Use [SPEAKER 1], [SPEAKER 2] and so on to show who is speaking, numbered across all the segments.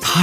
[SPEAKER 1] 他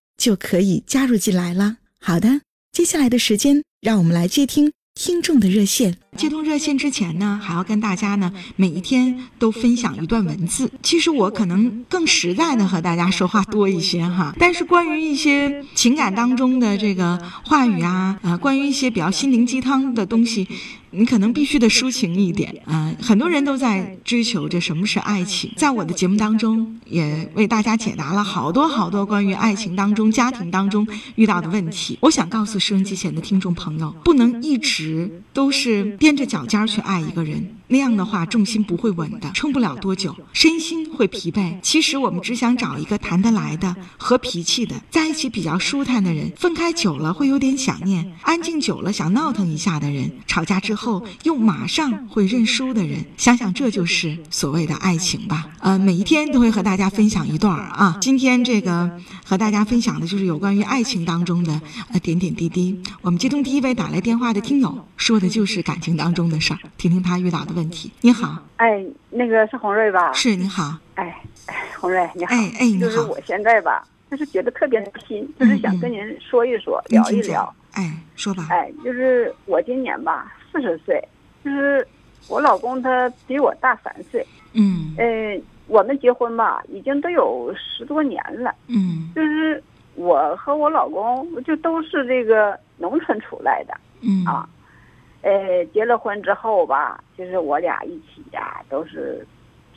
[SPEAKER 2] 就可以加入进来了。好的，接下来的时间，让我们来接听听众的热线。接通热线之前呢，还要跟大家呢，每一天都分享一段文字。其实我可能更实在的和大家说话多一些哈，但是关于一些情感当中的这个话语啊，呃，关于一些比较心灵鸡汤的东西，你可能必须得抒情一点啊、呃很多人都在追求着什么是爱情，在我的节目当中也为大家解答了好多好多关于爱情当中、家庭当中遇到的问题。我想告诉收音机前的听众朋友，不能一直都是踮着脚尖儿去爱一个人，那样的话重心不会稳的，撑不了多久，身心会疲惫。其实我们只想找一个谈得来的、和脾气的，在一起比较舒坦的人。分开久了会有点想念，安静久了想闹腾一下的人，吵架之后又马上会认输的人。想想这就是所谓的爱情吧。呃，每一天都会和大家分享一段儿啊。今天这个和大家分享的就是有关于爱情当中的呃点点滴滴。我们接通第一位打来电话的听友，说的就是感情当中的事儿，听听他遇到的问题。你好，
[SPEAKER 3] 哎，那个是洪瑞吧？
[SPEAKER 2] 是你好，
[SPEAKER 3] 哎，哎洪瑞你好，
[SPEAKER 2] 哎哎你好
[SPEAKER 3] 就是我现在吧，就是觉得特别闹心，就是想跟您说一说，
[SPEAKER 2] 您
[SPEAKER 3] 聊
[SPEAKER 2] 嗯
[SPEAKER 3] 一
[SPEAKER 2] 请讲
[SPEAKER 3] 聊。。
[SPEAKER 2] 哎，说吧。
[SPEAKER 3] 哎，就是我今年吧四十岁，就是我老公他比我大三岁，
[SPEAKER 2] 嗯
[SPEAKER 3] 呃，我们结婚吧已经都有十多年了，
[SPEAKER 2] 嗯
[SPEAKER 3] 就是我和我老公就都是这个农村出来的，
[SPEAKER 2] 嗯
[SPEAKER 3] 啊，呃，结了婚之后吧，就是我俩一起呀、都是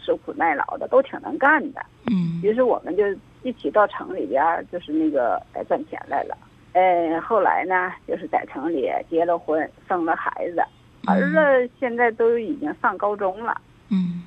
[SPEAKER 3] 吃苦耐劳的，都挺能干的。
[SPEAKER 2] 嗯
[SPEAKER 3] 于是我们就一起到城里边儿，就是那个呃赚钱来了。呃，后来呢，就是在城里结了婚，生了孩子，儿子现在都已经上高中了。哎
[SPEAKER 2] 嗯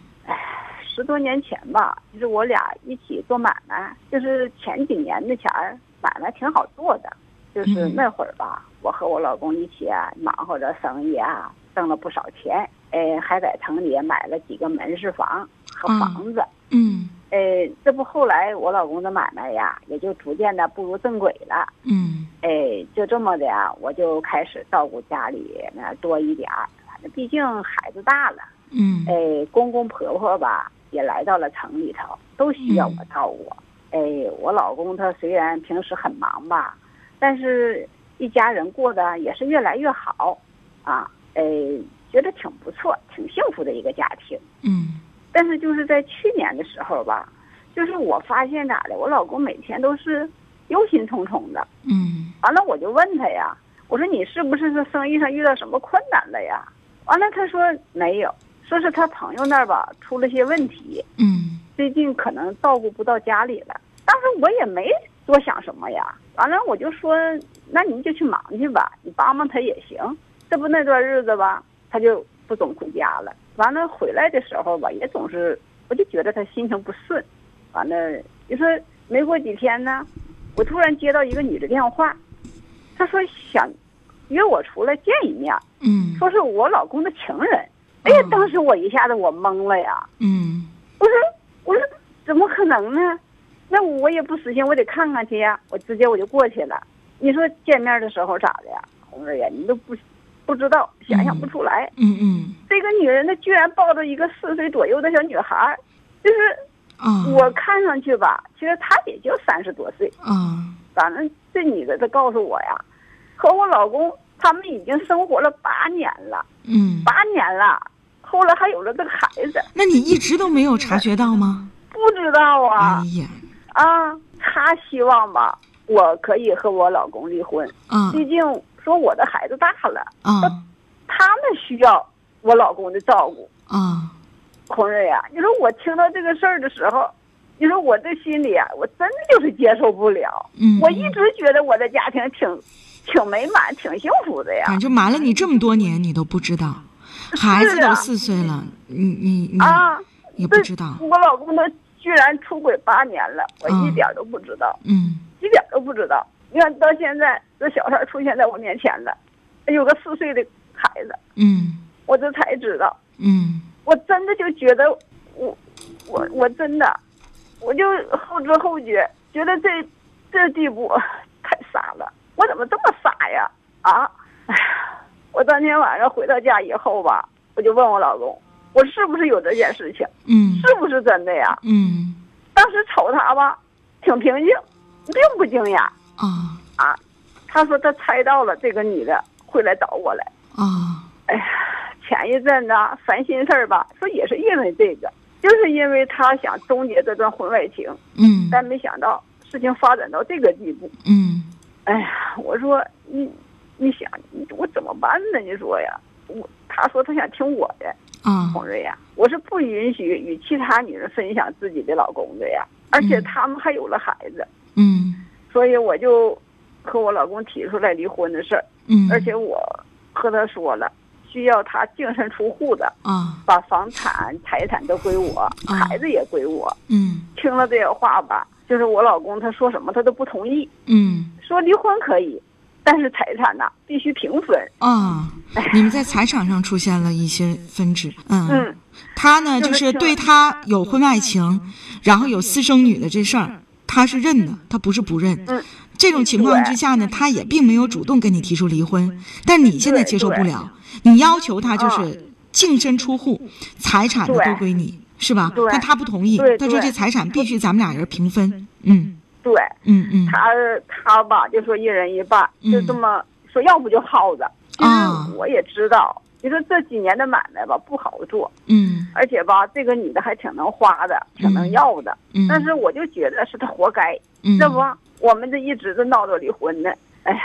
[SPEAKER 3] 十多年前吧，就是我俩一起做买卖，就是前几年那前儿买卖挺好做的，就是
[SPEAKER 2] 嗯
[SPEAKER 3] 那会儿吧，我和我老公一起啊忙活着生意啊，挣了不少钱，哎，还在城里买了几个门市房和
[SPEAKER 2] 嗯
[SPEAKER 3] 房子，
[SPEAKER 2] 嗯
[SPEAKER 3] 哎，这不后来我老公的买卖呀，也就逐渐的步入正轨了，
[SPEAKER 2] 嗯
[SPEAKER 3] 哎，就这么的呀，我就开始照顾家里那多一点儿，反正毕竟孩子大了。
[SPEAKER 2] 嗯
[SPEAKER 3] 哎，公公婆婆吧也来到了城里头，都需要
[SPEAKER 2] 嗯
[SPEAKER 3] 我照顾。哎，我老公他虽然平时很忙吧，但是一家人过得也是越来越好，啊，哎，觉得挺不错，挺幸福的一个家庭。
[SPEAKER 2] 嗯
[SPEAKER 3] 但是就是在去年的时候吧，就是我发现咋的，我老公每天都是忧心忡忡的。
[SPEAKER 2] 嗯
[SPEAKER 3] 完了我就问他呀，我说你是不是说生意上遇到什么困难了呀？完了他说没有，说是他朋友那儿吧出了些问题，
[SPEAKER 2] 嗯
[SPEAKER 3] 最近可能照顾不到家里了。当时我也没多想什么呀，完了我就说那你就去忙去吧，你帮帮他也行。这不那段日子吧，他就不总回家了。完了回来的时候吧，也总是我就觉得他心情不顺。完了就说没过几天呢，我突然接到一个女的电话，她说想约我出来见一面，
[SPEAKER 2] 嗯
[SPEAKER 3] 说是我老公的情人。哎呀
[SPEAKER 2] 嗯，
[SPEAKER 3] 当时我一下子我懵了呀。
[SPEAKER 2] 嗯
[SPEAKER 3] 我说我说怎么可能呢？那我也不死心，我得看看去呀。我直接我就过去了。你说见面的时候咋的呀？我说呀，你都不不知道，想象不出来。
[SPEAKER 2] 嗯嗯
[SPEAKER 3] 这个女人她居然抱着一个四岁左右的小女孩儿，就是
[SPEAKER 2] 啊，
[SPEAKER 3] 我看上去吧，其实她也就三十多岁。
[SPEAKER 2] 啊
[SPEAKER 3] 反正这女的她告诉我呀，和我老公他们已经生活了八年了，
[SPEAKER 2] 嗯，
[SPEAKER 3] 八年了，后来还有了这个孩子，
[SPEAKER 2] 那你一直都没有察觉到吗？
[SPEAKER 3] 不知道啊。
[SPEAKER 2] 哎呀，
[SPEAKER 3] 啊，他希望吧，我可以和我老公离婚，
[SPEAKER 4] 啊
[SPEAKER 3] 毕竟说我的孩子大了，
[SPEAKER 4] 啊
[SPEAKER 3] 他们需要我老公的照顾。
[SPEAKER 4] 啊
[SPEAKER 3] 孔瑞呀、你说我听到这个事儿的时候，你说我这心里啊，我真的就是接受不了。
[SPEAKER 4] 嗯，
[SPEAKER 3] 我一直觉得我的家庭挺挺美满、挺幸福的呀。
[SPEAKER 4] 反正瞒了你这么多年，你都不知道，孩子都四岁了，你你你
[SPEAKER 3] 啊，
[SPEAKER 4] 也不知道
[SPEAKER 3] 这，我老公他居然出轨八年了，我一点都不知道，
[SPEAKER 4] 嗯
[SPEAKER 3] 一点都不知道。你看到现在，这小孩出现在我面前了，有个四岁的孩子，
[SPEAKER 4] 嗯
[SPEAKER 3] 我这才知道。
[SPEAKER 4] 嗯
[SPEAKER 3] 我真的就觉得我我我真的，我就后知后觉，觉得这这地步 太傻了，我怎么这么傻呀？啊，哎呀，我当天晚上回到家以后吧，我就问我老公，我是不是有这件事情，
[SPEAKER 4] 嗯
[SPEAKER 3] 是不是真的呀？
[SPEAKER 4] 嗯
[SPEAKER 3] 当时瞅他吧，挺平静，并不惊讶
[SPEAKER 4] 啊
[SPEAKER 3] 啊。他说他猜到了这个女的会来找我来。
[SPEAKER 4] 啊
[SPEAKER 3] 哎呀，前一阵子啊，烦心事儿吧，说也是因为这个，就是因为他想终结这段婚外情，
[SPEAKER 4] 嗯
[SPEAKER 3] 但没想到事情发展到这个地步。
[SPEAKER 4] 嗯
[SPEAKER 3] 哎呀，我说你，你想我怎么办呢？你说呀，我他说他想听我的，
[SPEAKER 4] 啊
[SPEAKER 3] 孔瑞呀，我是不允许与其他女人分享自己的老公的呀，而且他们还有了孩子，
[SPEAKER 4] 嗯
[SPEAKER 3] 所以我就和我老公提出来离婚的事儿，
[SPEAKER 4] 嗯，
[SPEAKER 3] 而且我和他说了，需要他净身出户的。
[SPEAKER 4] 啊
[SPEAKER 3] 把房产、财产都归我，孩子也归我。
[SPEAKER 4] 嗯
[SPEAKER 3] 听了这些话吧，就是我老公他说什么他都不同意，
[SPEAKER 4] 嗯
[SPEAKER 3] 说离婚可以，但是财产呐、必须平分。
[SPEAKER 4] 啊，你们在财产上出现了一些分支，嗯。
[SPEAKER 3] 嗯，
[SPEAKER 4] 他呢，
[SPEAKER 3] 就
[SPEAKER 4] 就是是
[SPEAKER 3] 听
[SPEAKER 4] 对
[SPEAKER 3] 了
[SPEAKER 4] 他有婚外情，然后有私生女的这事儿，他是认的，他不是不认。
[SPEAKER 3] 嗯
[SPEAKER 4] 这种情况之下呢，他也并没有主动跟你提出离婚，但你现在接受不了，你要求他就是净身出户，财产的
[SPEAKER 3] 嗯对
[SPEAKER 4] 都归你，是吧
[SPEAKER 3] 对？
[SPEAKER 4] 但他不同意
[SPEAKER 3] 对，
[SPEAKER 4] 他说
[SPEAKER 3] 对
[SPEAKER 4] 这财产必须咱们俩人平分。嗯
[SPEAKER 3] 对
[SPEAKER 4] 嗯嗯
[SPEAKER 3] 他他吧就说一人一半，
[SPEAKER 4] 嗯
[SPEAKER 3] 就这么说，要不就耗着。其
[SPEAKER 4] 啊
[SPEAKER 3] 实我也知道，你说这几年的买卖吧不好做，
[SPEAKER 4] 嗯
[SPEAKER 3] 而且吧这个女的还挺能花的，挺能要的。
[SPEAKER 4] 嗯，
[SPEAKER 3] 但是我就觉得是他活该。
[SPEAKER 4] 嗯
[SPEAKER 3] 这不，我们这一直都闹着离婚呢。哎呀，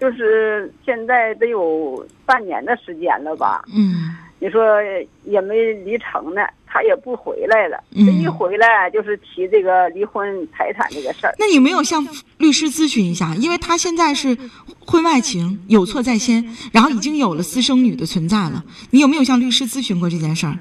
[SPEAKER 3] 就是现在得有半年的时间了吧？
[SPEAKER 4] 嗯
[SPEAKER 3] 你说也没离成呢，他也不回来了。
[SPEAKER 4] 嗯
[SPEAKER 3] 这一回来就是提这个离婚财产这个事儿。
[SPEAKER 4] 那有没有向律师咨询一下？因为他现在是婚外情，有错在先，然后已经有了私生女的存在了。你有没有向律师咨询过这件事儿？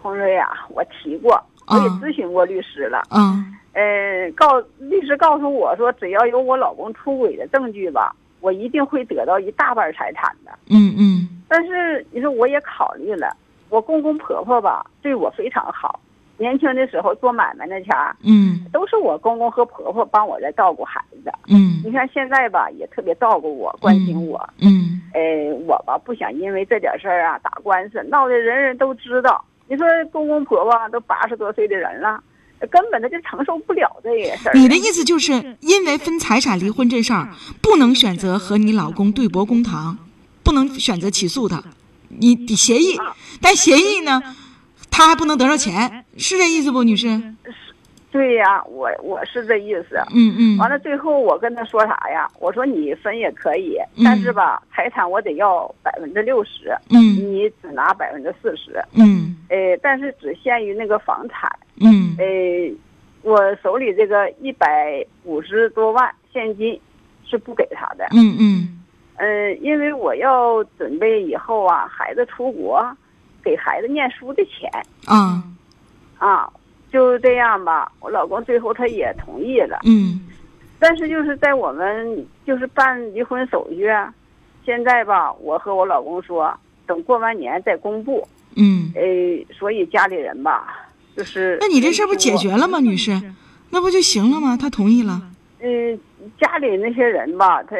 [SPEAKER 3] 洪瑞啊，我提过，我也
[SPEAKER 4] 嗯
[SPEAKER 3] 咨询过律师了。
[SPEAKER 4] 嗯
[SPEAKER 3] 呃，告律师告诉我说，只要有我老公出轨的证据吧，我一定会得到一大半财产的。
[SPEAKER 4] 嗯嗯
[SPEAKER 3] 但是你说我也考虑了，我公公婆婆吧对我非常好，年轻的时候做买卖那前儿，
[SPEAKER 4] 嗯
[SPEAKER 3] 都是我公公和婆婆帮我在照顾孩子。
[SPEAKER 4] 嗯
[SPEAKER 3] 你看现在吧，也特别照顾我，关心我。
[SPEAKER 4] 嗯
[SPEAKER 3] 哎，我吧不想因为这点事儿啊打官司，闹得人人都知道。你说公公婆婆都八十多岁的人了，根本他就承受不了这个事儿。
[SPEAKER 4] 你的意思就是因为分财产离婚这事儿，不能选择和你老公对簿公堂，不能选择起诉他，你得协议，但协议呢，他还不能得着钱，是这意思不，女士？嗯
[SPEAKER 3] 对呀、我我是这意思。
[SPEAKER 4] 嗯，
[SPEAKER 3] 完了，最后我跟他说啥呀？我说你分也可以
[SPEAKER 4] 嗯，
[SPEAKER 3] 但是吧，财产我得要百分之六十，
[SPEAKER 4] 嗯
[SPEAKER 3] 你只拿百分之四十，
[SPEAKER 4] 嗯
[SPEAKER 3] 呃，但是只限于那个房产，
[SPEAKER 4] 嗯
[SPEAKER 3] 呃，我手里这个一百五十多万现金是不给他的，
[SPEAKER 4] 嗯嗯
[SPEAKER 3] 呃，因为我要准备以后啊，孩子出国，给孩子念书的钱
[SPEAKER 4] 啊
[SPEAKER 3] 啊，就这样吧。我老公最后他也同意了。
[SPEAKER 4] 嗯。
[SPEAKER 3] 但是就是在我们就是办离婚手续，啊，现在吧，我和我老公说，等过完年再公布。
[SPEAKER 4] 嗯，
[SPEAKER 3] 呃，所以家里人吧，就是
[SPEAKER 4] 那你这事儿不解决了吗，女士？那不就行了吗？他同意了。
[SPEAKER 3] 嗯、家里那些人吧，他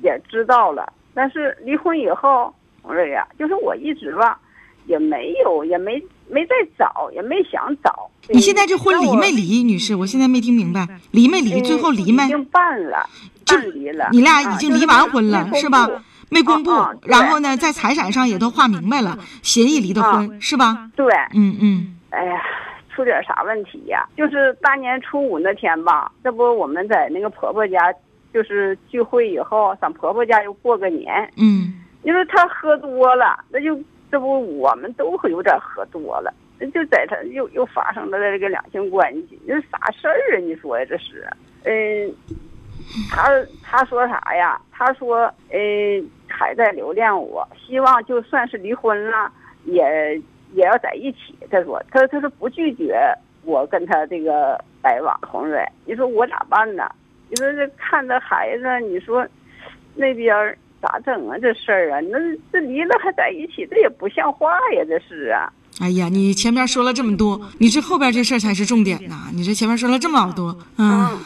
[SPEAKER 3] 也知道了。但是离婚以后，我说呀，就是我一直吧，也没有，也没没再找，也没想找。
[SPEAKER 4] 你现在这婚
[SPEAKER 3] 嗯
[SPEAKER 4] 离没？离，女士？我现在没听明白，离没
[SPEAKER 3] 但
[SPEAKER 4] 离？
[SPEAKER 3] 我
[SPEAKER 4] 最后离
[SPEAKER 3] 嗯已
[SPEAKER 4] 没？
[SPEAKER 3] 经办了，
[SPEAKER 4] 就
[SPEAKER 3] 办离了。
[SPEAKER 4] 你俩
[SPEAKER 3] 啊
[SPEAKER 4] 已经离完婚
[SPEAKER 3] 就
[SPEAKER 4] 了，
[SPEAKER 3] 没
[SPEAKER 4] 是吧
[SPEAKER 3] 公布？
[SPEAKER 4] 没公布
[SPEAKER 3] 啊啊，对嗯哦
[SPEAKER 4] 然后呢，在啊财产上也都划明白了，协议离的婚，是吧？
[SPEAKER 3] 对，
[SPEAKER 4] 嗯嗯
[SPEAKER 3] 哎呀，出点啥问题呀、就是大年初五那天吧，这不我们在那个婆婆家就是聚会以后，上婆婆家又过个年，
[SPEAKER 4] 嗯
[SPEAKER 3] 因为她喝多了，那就这不我们都有点喝多了。那就在她又又发生了这个两性关系，这是啥事儿啊？你说呀，这是，嗯，她她说啥呀？她说，嗯，还在留恋我，希望就算是离婚了，也也要在一起。她说，她她说不拒绝我跟她这个来往，红蕊，你说我咋办呢？你说这看着孩子，你说那边儿咋整啊？这事儿啊，那这离了还在一起，这也不像话呀！这是啊，
[SPEAKER 4] 哎呀，你前面说了这么多，你这后边这事儿才是重点呐！你这前面说了这么老多，嗯，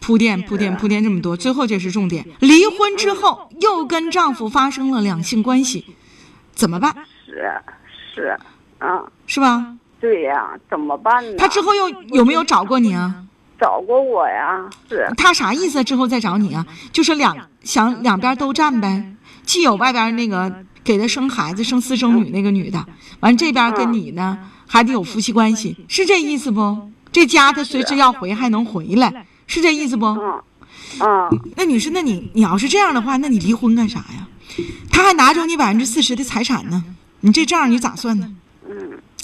[SPEAKER 4] 铺垫铺垫铺垫这么多，最后这是重点。离婚之后又跟丈夫发生了两性关系，怎么办？
[SPEAKER 3] 是啊是啊，啊，
[SPEAKER 4] 是吧？
[SPEAKER 3] 对呀、怎么办呢？
[SPEAKER 4] 他之后又有没有找过你啊？
[SPEAKER 3] 找过我呀，是
[SPEAKER 4] 他啥意思？之后再找你啊？就是两想两边都占呗，既有外边那个给他生孩子生私生女那个女的，完这边跟你呢还得有夫妻关系，是这意思不？这家他随时要回还能回来，是这意思不？
[SPEAKER 3] 嗯嗯，
[SPEAKER 4] 那女士，那你你要是这样的话，那你离婚干啥呀？他还拿走你百分之四十的财产呢，你这账你咋算呢？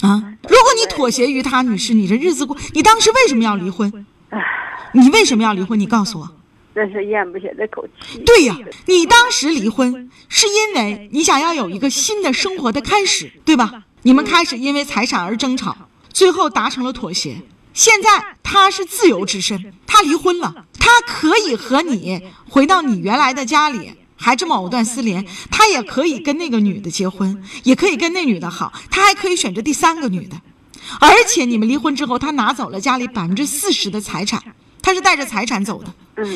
[SPEAKER 4] 啊，如果你妥协于他，女士，你这日子过，你当时为什么要离婚？你为什么要离婚？你告诉我。
[SPEAKER 3] 真是咽不下这口气。
[SPEAKER 4] 对呀、你当时离婚是因为你想要有一个新的生活的开始，对吧？你们开始因为财产而争吵，最后达成了妥协。现在他是自由之身，他离婚了，他可以和你回到你原来的家里，还这么藕断丝连。他也可以跟那个女的结婚，也可以跟那女的好，他还可以选择第三个女的。而且你们离婚之后，他拿走了家里百分之四十的财产，他是带着财产走的。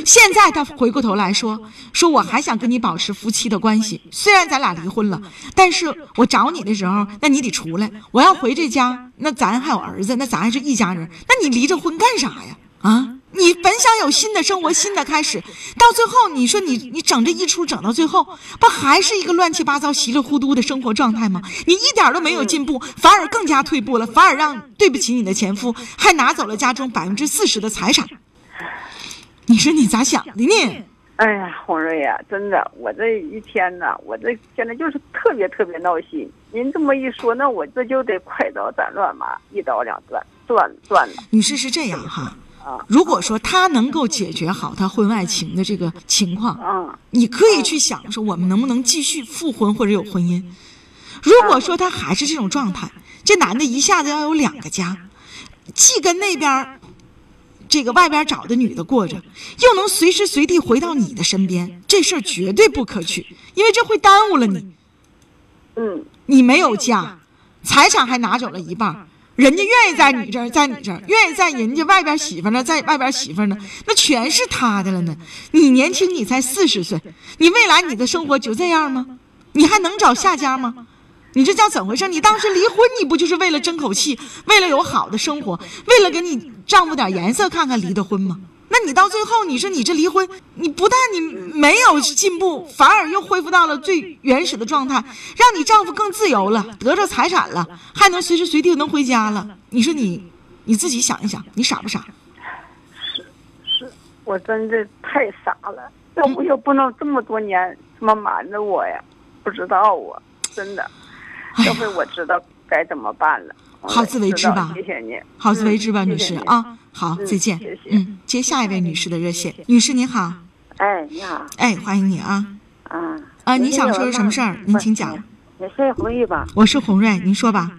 [SPEAKER 4] 现在他回过头来说，说我还想跟你保持夫妻的关系，虽然咱俩离婚了，但是我找你的时候，那你得出来，我要回这家，那咱还有儿子，那咱还是一家人，那你离这婚干啥呀？啊，你本想有新的生活，新的开始，到最后你说你你整这一出整到最后，不还是一个乱七八糟、稀里糊涂的生活状态吗？你一点都没有进步，反而更加退步了，反而让对不起你的前夫，还拿走了家中百分之四十的财产。你说你咋想的呢？
[SPEAKER 3] 哎呀，红瑞呀、真的，我这一天呐，我这现在就是特别特别闹心。您这么一说，那我这就得快刀斩乱麻，一刀两断，断断了。
[SPEAKER 4] 女士是这样哈，如果说她能够解决好她婚外情的这个情况，
[SPEAKER 3] 嗯
[SPEAKER 4] 你可以去想说我们能不能继续复婚或者有婚姻。如果说她还是这种状态，这男的一下子要有两个家，既跟那边儿这个外边找的女的过着，又能随时随地回到你的身边，这事儿绝对不可取，因为这会耽误了你。
[SPEAKER 3] 嗯，
[SPEAKER 4] 你没有家，财产还拿走了一半儿，人家愿意在你这儿，在你这儿，愿意在人家外边媳妇儿那儿，在外边媳妇儿那儿，那全是他的了呢。你年轻，你才四十岁，你未来你的生活就这样吗？你还能找下家吗？你这叫怎回事？你当时离婚，你不就是为了争口 气，为了有好的生活，为了给你丈夫点颜色看看离的婚吗？那你到最后，你说你这离婚，你不但你没有进步，反而又恢复到了最原始的状态，让你丈夫更自由了，得着财产了，还能随时随地能回家了。你说你你自己想一想，你傻不傻？
[SPEAKER 3] 我真的太傻了，这
[SPEAKER 4] 嗯
[SPEAKER 3] 我也不能这么多年这么瞒着我呀，不知道啊，真的。这回我知道该怎么办了。
[SPEAKER 4] 哎好自为之吧
[SPEAKER 3] 知道谢谢你，
[SPEAKER 4] 好自为之吧，
[SPEAKER 3] 嗯
[SPEAKER 4] 女士
[SPEAKER 3] 谢谢你
[SPEAKER 4] 啊。好，
[SPEAKER 3] 嗯
[SPEAKER 4] 再见
[SPEAKER 3] 谢。谢
[SPEAKER 4] 嗯，接下一位女士的热线。女士您好，
[SPEAKER 5] 哎，你好
[SPEAKER 4] 哎，欢迎你啊。
[SPEAKER 5] 啊！
[SPEAKER 4] 啊，您想说什么事
[SPEAKER 3] 嗯
[SPEAKER 4] 儿？您请讲。。
[SPEAKER 5] 我先回忆吧
[SPEAKER 4] 我是红瑞，您说吧。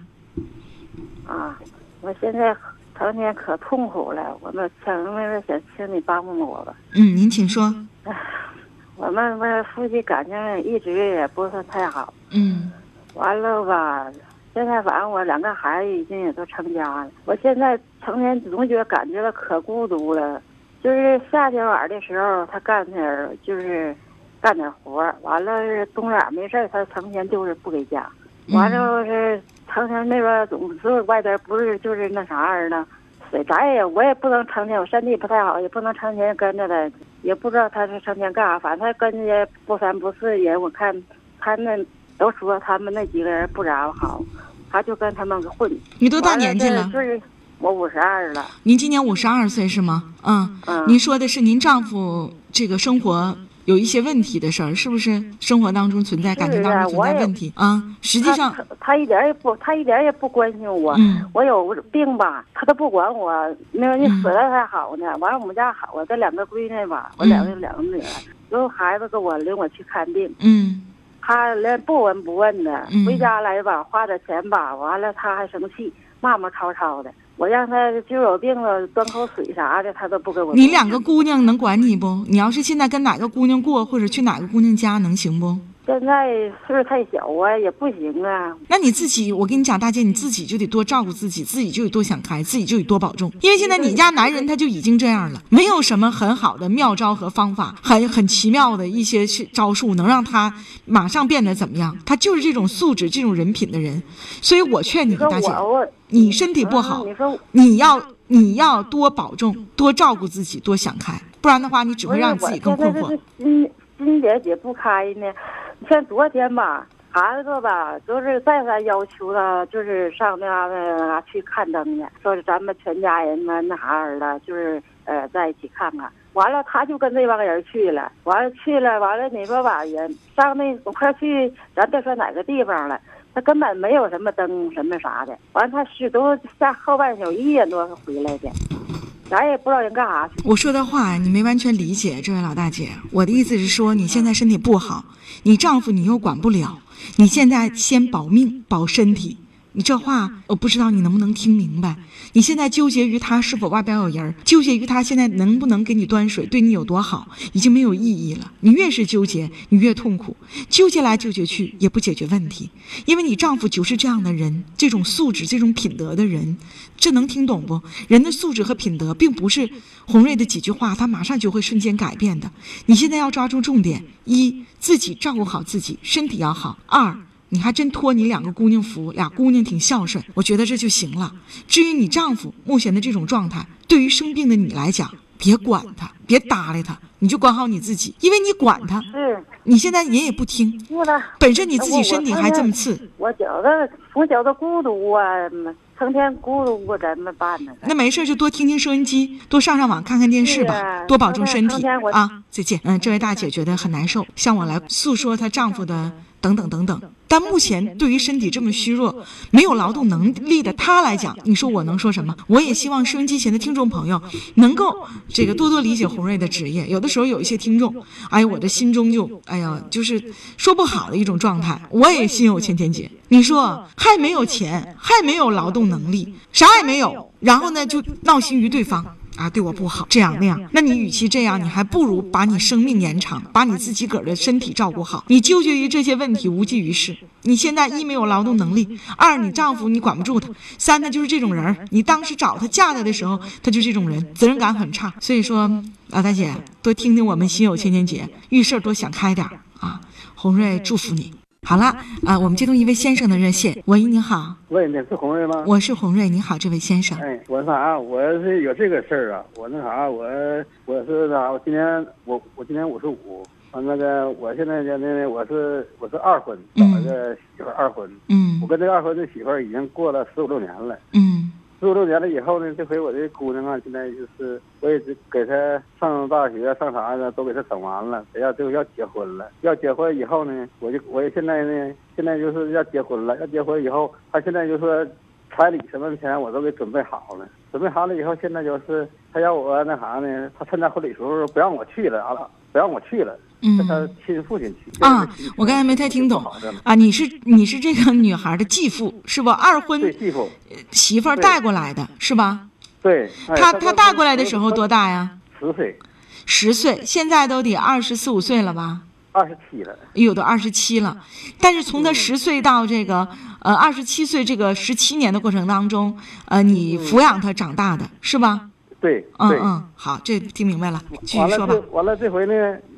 [SPEAKER 5] 啊！我现在头天可痛苦了，我们想那个想请你帮帮我吧。
[SPEAKER 4] 嗯，您请说。
[SPEAKER 5] 我们那夫妻感情一直也不是太好，
[SPEAKER 4] 嗯
[SPEAKER 5] 完了吧，现在反正我两个孩子已经也都成家了，我现在成天总觉得感觉到可孤独了。就是夏天晚的时候，他干点儿就是干点活儿，完了是冬天没事儿，他成天就是不给家，完了是成天那边总是外边不是就是那啥儿呢。谁咱也我也不能成天，我身体不太好，也不能成天跟着他，也不知道他是成天干啥，反正他跟人家不三不四人，我看他们都说他们那几个人不咋好，他就跟他们混。
[SPEAKER 4] 你都大年纪
[SPEAKER 5] 完
[SPEAKER 4] 了
[SPEAKER 5] 了这，就是我五十二了，
[SPEAKER 4] 您今年五十二岁是吗？嗯，
[SPEAKER 5] 嗯，
[SPEAKER 4] 您说的是您丈夫这个生活有一些问题的事儿，是不是？生活当中存在感情当
[SPEAKER 5] 嗯是啊
[SPEAKER 4] 中存
[SPEAKER 5] 我
[SPEAKER 4] 在
[SPEAKER 5] 也
[SPEAKER 4] 问题啊、实际上，
[SPEAKER 5] 他他一点儿也不，他一点儿也不关心我。
[SPEAKER 4] 嗯
[SPEAKER 5] 我有病吧，他都不管我。没有你
[SPEAKER 4] 嗯
[SPEAKER 5] 死了才好呢。完了，我们家好，我这两个闺女吧，我
[SPEAKER 4] 嗯
[SPEAKER 5] 两个两个女儿，有孩子跟我领我去看病，
[SPEAKER 4] 嗯
[SPEAKER 5] 他连不闻不问的
[SPEAKER 4] 嗯。
[SPEAKER 5] 回家来吧，花点钱吧，完了他还生气，骂骂吵吵的。我让他就有病了，端口水啥的，他都不给我。
[SPEAKER 4] 你两个姑娘能管你不？你要是现在跟哪个姑娘过，或者去哪个姑娘家，能行不？
[SPEAKER 5] 现在岁数太小啊，也不行啊。
[SPEAKER 4] 那你自己，我跟你讲，大姐，你自己就得多照顾自己，自己就得多想开，自己就得多保
[SPEAKER 5] 嗯
[SPEAKER 4] 重。因为现在你家男人他就已经这样了，没有什么很好的妙招和方法，很很奇妙的一些是招数能让他马上变得怎么样？他就是这种素质、这种人品的人。所以我劝你，
[SPEAKER 5] 你说
[SPEAKER 4] 大姐，
[SPEAKER 5] 我我
[SPEAKER 4] 你身体不好
[SPEAKER 5] 嗯你说
[SPEAKER 4] 你要你要多保重，多照顾自己，多想开，不然的话，你只
[SPEAKER 5] 不
[SPEAKER 4] 会
[SPEAKER 5] 是
[SPEAKER 4] 让
[SPEAKER 5] 我
[SPEAKER 4] 你自己更困
[SPEAKER 5] 现在这
[SPEAKER 4] 惑
[SPEAKER 5] 个。心心结解不开呢。你像昨天吧，孩子吧，就是再三要求他，就是上那嘎那嘎去看灯呢，说是咱们全家人嘛那啥儿了，就是呃在一起看看。完了，他就跟这帮人去了，完了去了，完了你说吧，也上那我快去，咱别说哪个地方了。他根本没有什么灯什么啥的，完了他是都下后半宿一点多回来的，咱也不知道人干啥去。
[SPEAKER 4] 我说的话你没完全理解，这位老大姐，我的意思是说，你现在身体不好，你丈夫你又管不了，你现在先保命保身体。你这话呃我不知道你能不能听明白。你现在纠结于他是否外边有人儿，纠结于他现在能不能给你端水，对你有多好，已经没有意义了。你越是纠结，你越痛苦，纠结来纠结去也不解决问题，因为你丈夫就是这样的人，这种素质、这种品德的人，这能听懂不？人的素质和品德并不是洪瑞的几句话，他马上就会瞬间改变的。你现在要抓住重点：一，自己照顾好自己，身体要好；二，你还真托你两个姑娘福，俩姑娘挺孝顺，我觉得这就行了。至于你丈夫目前的这种状态，对于生病的你来讲，别管他，别搭理他，你就管好你自己，因为你管他，
[SPEAKER 5] 是。
[SPEAKER 4] 你现在人也不听，
[SPEAKER 5] 是了，
[SPEAKER 4] 本身你自己身体还这么次，
[SPEAKER 5] 我觉得从小都孤独啊，嗯成天孤独，我怎么办呢？
[SPEAKER 4] 那没事儿就多听听收音机，多上上网，看看电视
[SPEAKER 5] 是
[SPEAKER 4] 吧
[SPEAKER 5] 啊，
[SPEAKER 4] 多保重身体
[SPEAKER 5] 刚才我
[SPEAKER 4] 啊！再见。嗯，这位大姐觉得很难受，向我来诉说她丈夫的等等等等。但目前对于身体这么虚弱、没有劳动能力的她来讲，你说我能说什么？我也希望收音机前的听众朋友能够这个多多理解洪瑞的职业。有的时候有一些听众，哎呀，我的心中就哎呀，就是说不好的一种状态。我也心有千千结。你说还没有钱，还没有劳动能力，啥也没有，然后呢就闹心于对方。啊，对我不好，这样那样，那你与其这样，你还不如把你生命延长，把你自己个儿的身体照顾好。你纠结于这些问题无济于事。你现在一没有劳动能力，二你丈夫你管不住他，三他就是这种人儿。你当时找他嫁他的时候，他就这种人，责任感很差。所以说，老大姐多听听我们心有千千结，遇事儿多想开点儿啊。红瑞祝福你。好了，啊，我们接通一位先生的热线。喂，你好，
[SPEAKER 6] 喂，你是红瑞吗？
[SPEAKER 4] 我是红瑞，你好，这位先生。
[SPEAKER 6] 哎，我那啥，我是有这个事儿啊，我那啥，我我是那啥，我今年我我今年五十五，完那个我现在现在我是我是二婚，找
[SPEAKER 4] 嗯
[SPEAKER 6] 一个媳妇儿二婚，
[SPEAKER 4] 嗯
[SPEAKER 6] 我跟这个二婚的媳妇儿已经过了十五六年了，
[SPEAKER 4] 嗯
[SPEAKER 6] 十五六年了以后呢，这回我这姑娘啊，现在就是我也是给她上大学上啥的都给她整完了，哎呀，就要结婚了。要结婚以后呢，我就我也现在呢，现在就是要结婚了。要结婚以后，她现在就说彩礼什么的钱我都给准备好了，准备好了以后，现在就是她要我那啥呢，她参加婚礼时候不让我去了，啊，不让我去了，是她
[SPEAKER 4] 嗯。
[SPEAKER 6] 亲父亲去。
[SPEAKER 4] 啊我刚才没太听懂啊，你是你是这个女孩的继父是不？二
[SPEAKER 6] 对
[SPEAKER 4] 婚
[SPEAKER 6] 继父，
[SPEAKER 4] 媳妇儿带过来的是吧？
[SPEAKER 6] 对。哎
[SPEAKER 4] 她
[SPEAKER 6] 她
[SPEAKER 4] 她带过来的时候多大呀？
[SPEAKER 6] 十岁，
[SPEAKER 4] 十岁，现在都得二十四五岁了吧？
[SPEAKER 6] 二十七了。
[SPEAKER 4] 有的二十七了，但是从她十岁到这个呃二十七岁这个十七年的过程当中，呃，你抚养她长大的是吧？
[SPEAKER 6] 对，
[SPEAKER 4] 嗯
[SPEAKER 6] 对
[SPEAKER 4] 嗯，好，这听明白了，继
[SPEAKER 6] 完
[SPEAKER 4] 续
[SPEAKER 6] 了
[SPEAKER 4] 说吧
[SPEAKER 6] 这。完了这回呢，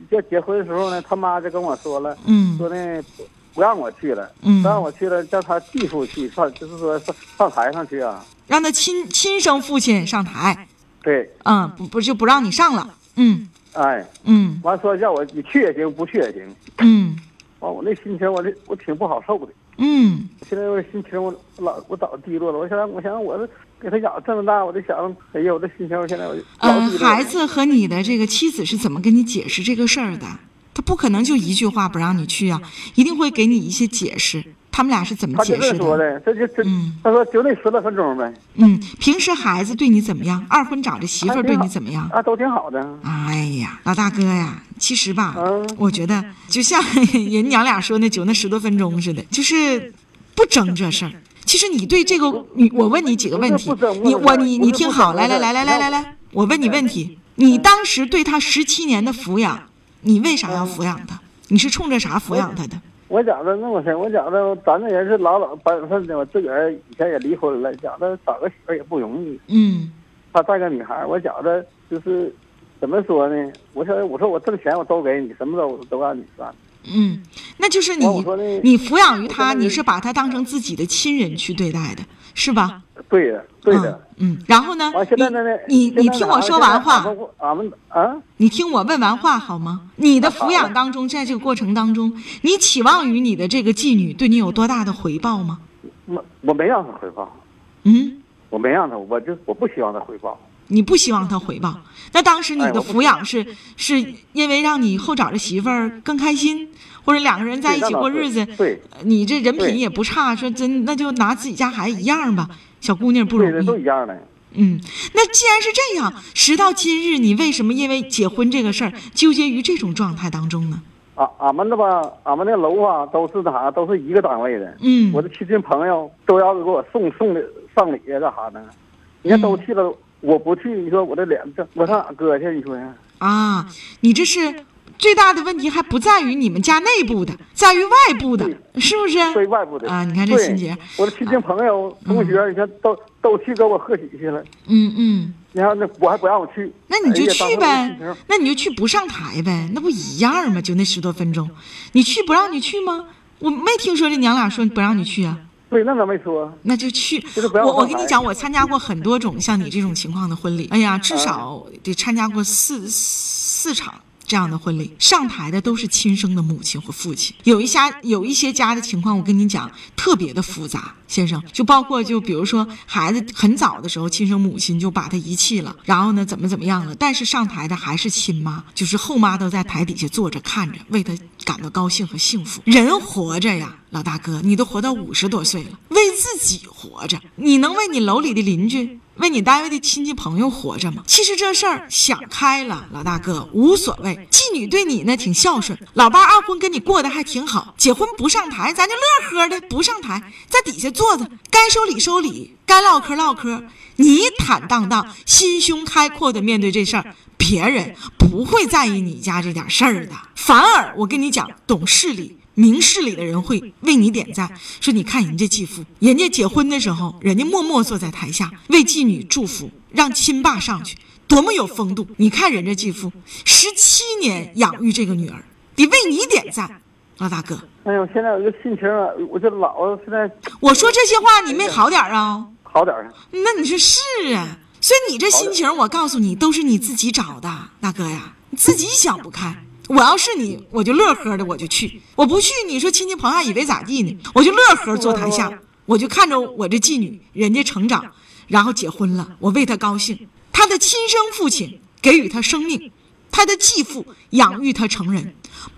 [SPEAKER 6] 要结婚的时候呢，他妈就跟我说了，
[SPEAKER 4] 嗯
[SPEAKER 6] 说呢不不让我去了，
[SPEAKER 4] 嗯
[SPEAKER 6] 不让我去了，叫他继父去上，就是说上上台上去啊。
[SPEAKER 4] 让她亲亲生父亲上台，
[SPEAKER 6] 对，
[SPEAKER 4] 嗯，不不就不让你上了，嗯
[SPEAKER 6] 哎，
[SPEAKER 4] 嗯
[SPEAKER 6] 完说叫我你去也行，不去也行。
[SPEAKER 4] 嗯
[SPEAKER 6] 完我那心情，我这我挺不好受的。
[SPEAKER 4] 嗯
[SPEAKER 6] 现在我心情我老我早低落了，我想我想我是给他养这么大，我就想，哎呀，我这心情我现在我就老
[SPEAKER 4] 呃，
[SPEAKER 6] 低落了。
[SPEAKER 4] 孩子和你的这个妻子是怎么跟你解释这个事儿的？他不可能就一句话不让你去啊，一定会给你一些解释。他们俩是怎么
[SPEAKER 6] 他就
[SPEAKER 4] 解
[SPEAKER 6] 这
[SPEAKER 4] 释
[SPEAKER 6] 说
[SPEAKER 4] 的？
[SPEAKER 6] 的，这就这
[SPEAKER 4] 嗯，
[SPEAKER 6] 他说就那十来分钟呗，
[SPEAKER 4] 嗯，平时孩子对你怎么样？二婚找这媳妇儿对你怎么样？
[SPEAKER 6] 啊，都挺好的。
[SPEAKER 4] 哎呀，老大哥呀，其实吧，
[SPEAKER 6] 嗯
[SPEAKER 4] 我觉得就 像人娘俩说那就那十多分钟似的，就是不争这事儿。其实你对这个，你我问你几个问题
[SPEAKER 6] 不是不，争
[SPEAKER 4] 你
[SPEAKER 6] 不
[SPEAKER 4] 我
[SPEAKER 6] 争
[SPEAKER 4] 你
[SPEAKER 6] 不
[SPEAKER 4] 你
[SPEAKER 6] 是
[SPEAKER 4] 听
[SPEAKER 6] 不
[SPEAKER 4] 好，
[SPEAKER 6] 争
[SPEAKER 4] 来来
[SPEAKER 6] 不
[SPEAKER 4] 来来来
[SPEAKER 6] 争
[SPEAKER 4] 来来，我问你问题，你当时对他十七年的抚养，你为啥要抚养他？你是冲着啥抚养他的？
[SPEAKER 6] 我觉着那么事，我觉着咱这人是老老本分的，我自个儿以前也离婚了，觉着找个媳妇儿也不容易。
[SPEAKER 4] 嗯
[SPEAKER 6] 他带个女孩儿，我觉着就是怎么说呢？我说我说我挣钱我都给你，什么都都让你算。
[SPEAKER 4] 嗯，那就是你
[SPEAKER 6] 完哦我说那
[SPEAKER 4] 你抚养于他，
[SPEAKER 6] 我说那
[SPEAKER 4] 你是把他当成自己的亲人去对待的，是吧？
[SPEAKER 6] 对的，对的。
[SPEAKER 4] 嗯，嗯，然后呢
[SPEAKER 6] 完、？现在呢？
[SPEAKER 4] 你你你
[SPEAKER 6] 现在
[SPEAKER 4] 听
[SPEAKER 6] 呢
[SPEAKER 4] 我说完话，，
[SPEAKER 6] 俺们啊，
[SPEAKER 4] 你听我问完话好吗？你的抚养当中，在这个过程当中，你期望于你的这个妓女对你有多大的回报吗？
[SPEAKER 6] 我我没让他回报，
[SPEAKER 4] 嗯，
[SPEAKER 6] 我没让他，我就我不希望他回报。
[SPEAKER 4] 你不希望她回报。那当时你
[SPEAKER 6] 哎
[SPEAKER 4] 的
[SPEAKER 6] 我不
[SPEAKER 4] 抚养是是因为让你以后找着媳妇儿更开心，或者两个人在一起过日子，
[SPEAKER 6] 对，
[SPEAKER 4] 呃你这人品
[SPEAKER 6] 对
[SPEAKER 4] 也不差，说真那就拿自己家孩子一样吧。小姑娘不
[SPEAKER 6] 对的都
[SPEAKER 4] 容易，
[SPEAKER 6] 一样的。
[SPEAKER 4] 嗯，那既然是这样，时到今日，你为什么因为结婚这个事儿纠结于这种状态当中呢？
[SPEAKER 6] 俺啊俺们那吧，俺们那楼啊，都是啥，都是一个单位的。
[SPEAKER 4] 嗯
[SPEAKER 6] 我的亲戚朋友都要给我送送的上礼呀，干啥呢？人
[SPEAKER 4] 嗯
[SPEAKER 6] 家都去了，我不去，你说我这脸这我上哪搁去？你说呀？
[SPEAKER 4] 啊，你这是最大的问题，还不在于你们家内部的，在于外部的，是不是？
[SPEAKER 6] 对外部的
[SPEAKER 4] 啊你看这嗯
[SPEAKER 6] 对
[SPEAKER 4] 心结
[SPEAKER 6] 我的亲戚朋友、同学，你看都都去跟我贺喜去了，
[SPEAKER 4] 嗯嗯，
[SPEAKER 6] 你看那我还不让我去，
[SPEAKER 4] 那你就
[SPEAKER 6] 哎呀
[SPEAKER 4] 去
[SPEAKER 6] 当时
[SPEAKER 4] 呗
[SPEAKER 6] 我心情，
[SPEAKER 4] 那你就去不上台呗，那不一样吗？就那十多分钟，你去不让你去吗？我没听说这娘俩说不让你去啊，
[SPEAKER 6] 对，那咋没说？
[SPEAKER 4] 那就去。
[SPEAKER 6] 就是不让
[SPEAKER 4] 我
[SPEAKER 6] 我
[SPEAKER 4] 我
[SPEAKER 6] 上
[SPEAKER 4] 跟你
[SPEAKER 6] 台
[SPEAKER 4] 讲，我参加过很多种像你这种情况的婚礼，哎呀，至少得参加过四四场。这样的婚礼上台的都是亲生的母亲和父亲，有一家有一些家的情况，我跟你讲特别的复杂，先生，就包括就比如说孩子很早的时候，亲生母亲就把他遗弃了，然后呢怎么怎么样了，但是上台的还是亲妈，就是后妈都在台底下坐着看着，为他感到高兴和幸福。人活着呀，老大哥，你都活到五十多岁了，为自己活着，你能为你楼里的邻居、为你单位的亲戚朋友活着吗？其实这事儿想开了，老大哥无所谓。妓女对你呢挺孝顺，老伴儿二婚跟你过得还挺好，结婚不上台，咱就乐呵的不上台，在底下坐着，该收礼收礼，该唠嗑唠嗑。你坦荡荡、心胸开阔的面对这事儿，别人不会在意你家这点事儿的。反而，我跟你讲，懂事理、明事理的人会为你点赞，说你看人家继父，人家结婚的时候，人家默默坐在台下为妓女祝福，让亲爸上去，多么有风度！你看人家继父十七年养育这个女儿，得为你点赞，老大哥。
[SPEAKER 6] 哎呦，现在我这心情啊，我这老现在
[SPEAKER 4] 我说这些话你没好点儿啊？
[SPEAKER 6] 好点儿了。
[SPEAKER 4] 那你说是啊，所以你这心情，我告诉你，都是你自己找的，大哥呀，你自己想不开。我要是你，我就乐呵的，我就去；我不去，你说亲戚朋友啊还以为咋地呢？我就乐呵坐台下，我就看着我这妓女，人家成长，然后结婚了，我为她高兴。她的亲生父亲给予她生命，她的继父养育她成人。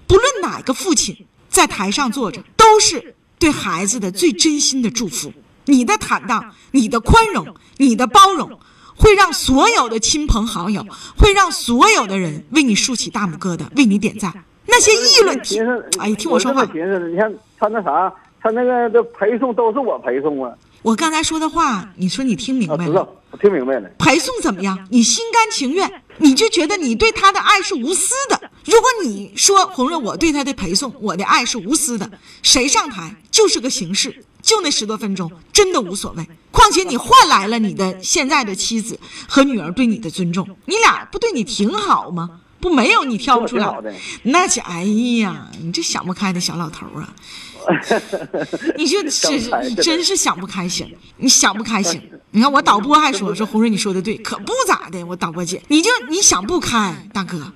[SPEAKER 4] 不论哪个父亲在台上坐着，都是对孩子的最真心的祝福。你的坦荡，你的宽容，你的包容，会让所有的亲朋好友，会让所有的人为你竖起大拇哥的，为你点赞。那些议论
[SPEAKER 6] 寻
[SPEAKER 4] 评
[SPEAKER 6] 思，，
[SPEAKER 4] 哎，听我说话
[SPEAKER 6] 这么，寻思的，你看他那啥，他那个这陪送都是我陪送啊。
[SPEAKER 4] 我刚才说的话，你说你听明
[SPEAKER 6] 我
[SPEAKER 4] 白
[SPEAKER 6] 知
[SPEAKER 4] 了
[SPEAKER 6] 道？，我听明白了。
[SPEAKER 4] 陪送怎么样？你心甘情愿，你就觉得你对他的爱是无私的。如果你说红润，我对他的陪送，我的爱是无私的，谁上台就是个形式，就那十多分钟，真的无所谓。况且你换来了你的现在的妻子和女儿对你的尊重，你俩不对你挺好吗？不，没有你挑不出
[SPEAKER 6] 挺
[SPEAKER 4] 来
[SPEAKER 6] 好的。
[SPEAKER 4] 那家哎呀，你这想不开的小老头 儿啊！你就
[SPEAKER 6] 想
[SPEAKER 4] 是
[SPEAKER 6] 不开
[SPEAKER 4] 是
[SPEAKER 6] 这
[SPEAKER 4] 真是想不开心，你想不开心。你看我导播还说说红瑞你说的对，可不咋的，我导播姐，你就你想不开，大哥，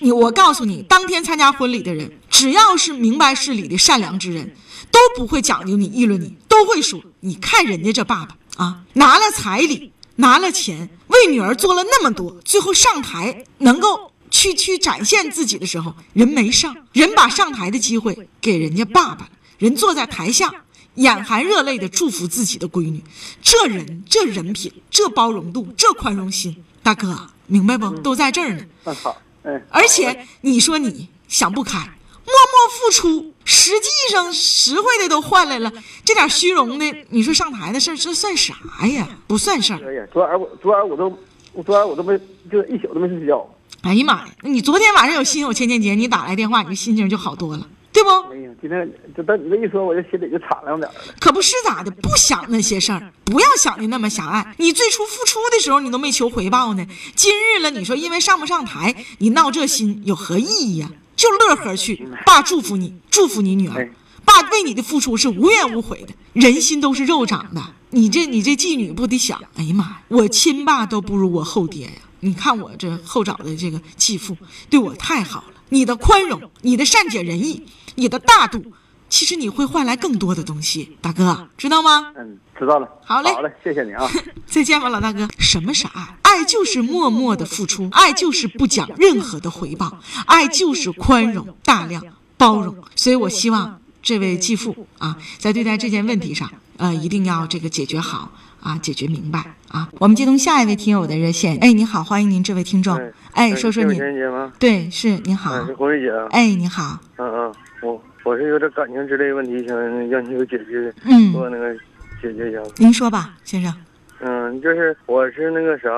[SPEAKER 4] 你我告诉你，当天参加婚礼的人，只要是明白事理的善良之人，都不会讲究你、议论你，都会说：“你看人家这爸爸啊，拿了彩礼，拿了钱，为女儿做了那么多，最后上台能够去去展现自己的时候，人没上，人把上台的机会给人家爸爸了，人坐在台下。”眼含热泪的祝福自己的闺女，这人这人品，这包容度，这宽容心，大哥啊明白不？都在这儿呢。
[SPEAKER 6] 那好，嗯，
[SPEAKER 4] 而且你说你想不开，默默付出，实际上实惠的都换来了，这点虚荣的，你说上台的事儿，这算啥呀？不算事儿。
[SPEAKER 6] 哎呀，昨晚我昨晚我都，我昨晚我都没，就一宿都没睡觉。
[SPEAKER 4] 哎呀妈呀，你昨天晚上有心有千千结，你打来电话，你心情就好多了，对不？
[SPEAKER 6] 哎呀，今天就但你这一说，我这心里就敞亮点儿了。
[SPEAKER 4] 可不是咋的，不想那些事儿，不要想的那么狭隘。你最初付出的时候，你都没求回报呢。今日了，你说因为上不上台，你闹这心有何意义呀、就乐呵去，爸祝福你，祝福你女儿
[SPEAKER 6] 哎。
[SPEAKER 4] 爸为你的付出是无怨无悔的，人心都是肉长的。你这你这妓女不得想，哎呀妈呀，我亲爸都不如我后爹呀！你看我这后找的这个继父对我太好了，你的宽容，你的善解人意，你的大度，其实你会换来更多的东西，大哥，知道吗？
[SPEAKER 6] 嗯，知道了。
[SPEAKER 4] 好嘞
[SPEAKER 6] 好嘞，谢谢 你啊。
[SPEAKER 4] 再见吧，老大哥。什么傻爱？爱就是默默的付出，爱就是不讲任何的回报，爱就是宽容、大量、包容。所以我希望这位继父啊，在对待这件问题上，呃，一定要这个解决好啊，解决明白啊。我们接通下一位听友的热线。哎，你好，欢迎您，这位听众。
[SPEAKER 6] 嗯
[SPEAKER 4] 哎，说说你
[SPEAKER 6] 情。人节吗？
[SPEAKER 4] 对，是您好
[SPEAKER 6] 嗯，。是啊红瑞姐啊。
[SPEAKER 4] 哎，你好。
[SPEAKER 6] 嗯嗯，我我是有点感情之类问题，想让你有解决，
[SPEAKER 4] 嗯
[SPEAKER 6] 给我那个解决一下。
[SPEAKER 4] 您说吧，先生。
[SPEAKER 6] 嗯，就是我是那个啥，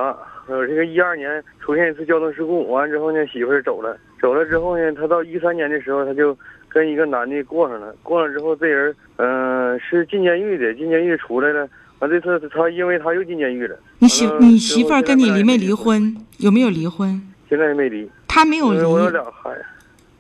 [SPEAKER 6] 我这个一二年出现一次交通事故，完了之后呢，媳妇儿走了，走了之后呢，她到一三年的时候，她就跟一个男的过上了，过上之后这人，嗯、是进监狱的，进监狱出来了，完这次她因为她又进监狱了，
[SPEAKER 4] 你媳
[SPEAKER 6] 完了
[SPEAKER 4] 你媳妇儿
[SPEAKER 6] 之后
[SPEAKER 4] 跟你离没离
[SPEAKER 6] 现在俩人
[SPEAKER 4] 婚？有没有离婚？
[SPEAKER 6] 现在没离，
[SPEAKER 4] 她没有
[SPEAKER 6] 因
[SPEAKER 4] 离
[SPEAKER 6] 为。我有俩孩子，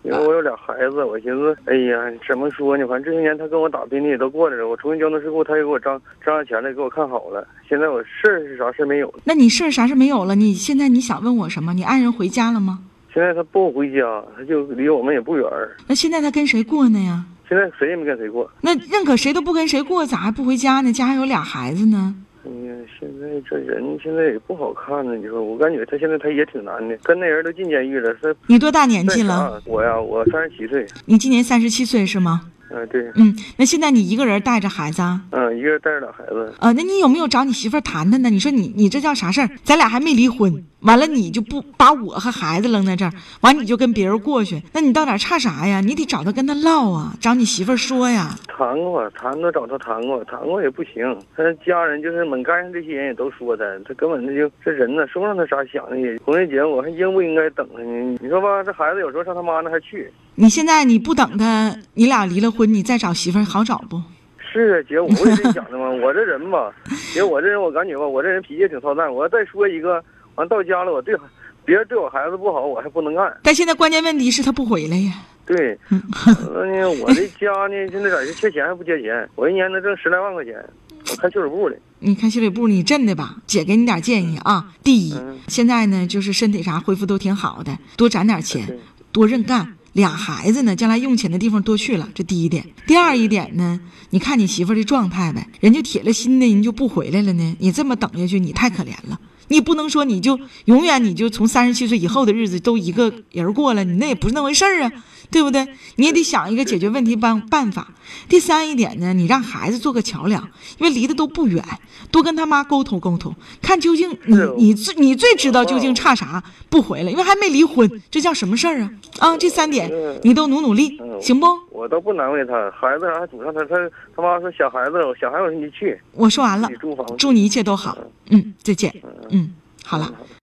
[SPEAKER 6] 因为我有俩孩子，我寻思，哎呀，怎么说呢？反正这些年他跟我打拼的也都过来了，我出现交通事故，他也给我张张上钱来给我看好了。现在我事儿是啥事儿没有了，
[SPEAKER 4] 那你事儿啥事儿没有了？你现在你想问我什么？你爱人回家了吗？
[SPEAKER 6] 现在他不回家，他就离我们也不远儿。
[SPEAKER 4] 那现在他跟谁过呢呀？
[SPEAKER 6] 现在谁也没跟谁过。
[SPEAKER 4] 那认可谁都不跟谁过，咋还不回家呢？家还有俩孩子呢。
[SPEAKER 6] 哎呀，现在这人现在也不好看呢，你说我感觉他现在他也挺难的，跟那人都进监狱了，他
[SPEAKER 4] 你多大年纪
[SPEAKER 6] 那
[SPEAKER 4] 了？
[SPEAKER 6] 啥我呀，我三十七岁，
[SPEAKER 4] 你今年三十七岁是吗？
[SPEAKER 6] 嗯、对，
[SPEAKER 4] 嗯，那现在你一个人带着孩子啊？
[SPEAKER 6] 嗯、一个人带着俩孩子，
[SPEAKER 4] 呃，那你有没有找你媳妇儿谈谈呢？你说你你这叫啥事儿？咱俩还没离婚，完了你就不把我和孩子扔在这儿，完你就跟别人过去，那你到底差啥呀？你得找他跟他唠啊，找你媳妇儿说呀。
[SPEAKER 6] 谈过，谈过找他谈过，谈过也不行。他家人就是猛干上这些人也都说他，他根本他就这人呢，说不上他啥想的也。红瑞姐，我还应不应该等他呢？你说吧，这孩子有时候上他妈那还去。
[SPEAKER 4] 你现在你不等他，你俩离了婚，你再找媳妇儿好找不？
[SPEAKER 6] 是啊，姐，我不是这想的吗？我这人吧，姐，我这人我感觉吧，我这人脾气挺操蛋。我要再说一个，完到家了，我对别人对我孩子不好，我还不能干。
[SPEAKER 4] 但现在关键问题是他不回来呀。
[SPEAKER 6] 对，完了呢，我这家呢，现在咋就缺钱还不缺钱？我一年能挣十来万块钱，我开俱乐部的。
[SPEAKER 4] 你看修理部，你真的吧？姐给你点建议啊。第一，现在呢就是身体啥恢复都挺好的，多攒点钱，多认干。俩孩子呢，将来用钱的地方多去了，这第一点。第二一点呢，你看你媳妇儿的状态呗，人就铁了心的，人就不回来了呢。你这么等下去，你太可怜了。你也不能说你就永远你就从三十七岁以后的日子都一个人过了，你那也不是那回事儿啊，对不对？你也得想一个解决问题办办法。第三一点呢，你让孩子做个桥梁，因为离得都不远，多跟他妈沟通沟通，看究竟你
[SPEAKER 6] 是
[SPEAKER 4] 你最你最
[SPEAKER 6] 哦
[SPEAKER 4] 知道究竟差啥不回来，因为还没离婚，这叫什么事儿啊？啊，这三点
[SPEAKER 6] 是
[SPEAKER 4] 你都努努力，
[SPEAKER 6] 嗯
[SPEAKER 4] 行不？
[SPEAKER 6] 我倒不难为他，孩子啥还主上他，他他妈说小孩子，小孩子我说你去，
[SPEAKER 4] 我说完了
[SPEAKER 6] 你，住房
[SPEAKER 4] 嗯祝你一切都好，嗯，再见，嗯，好了，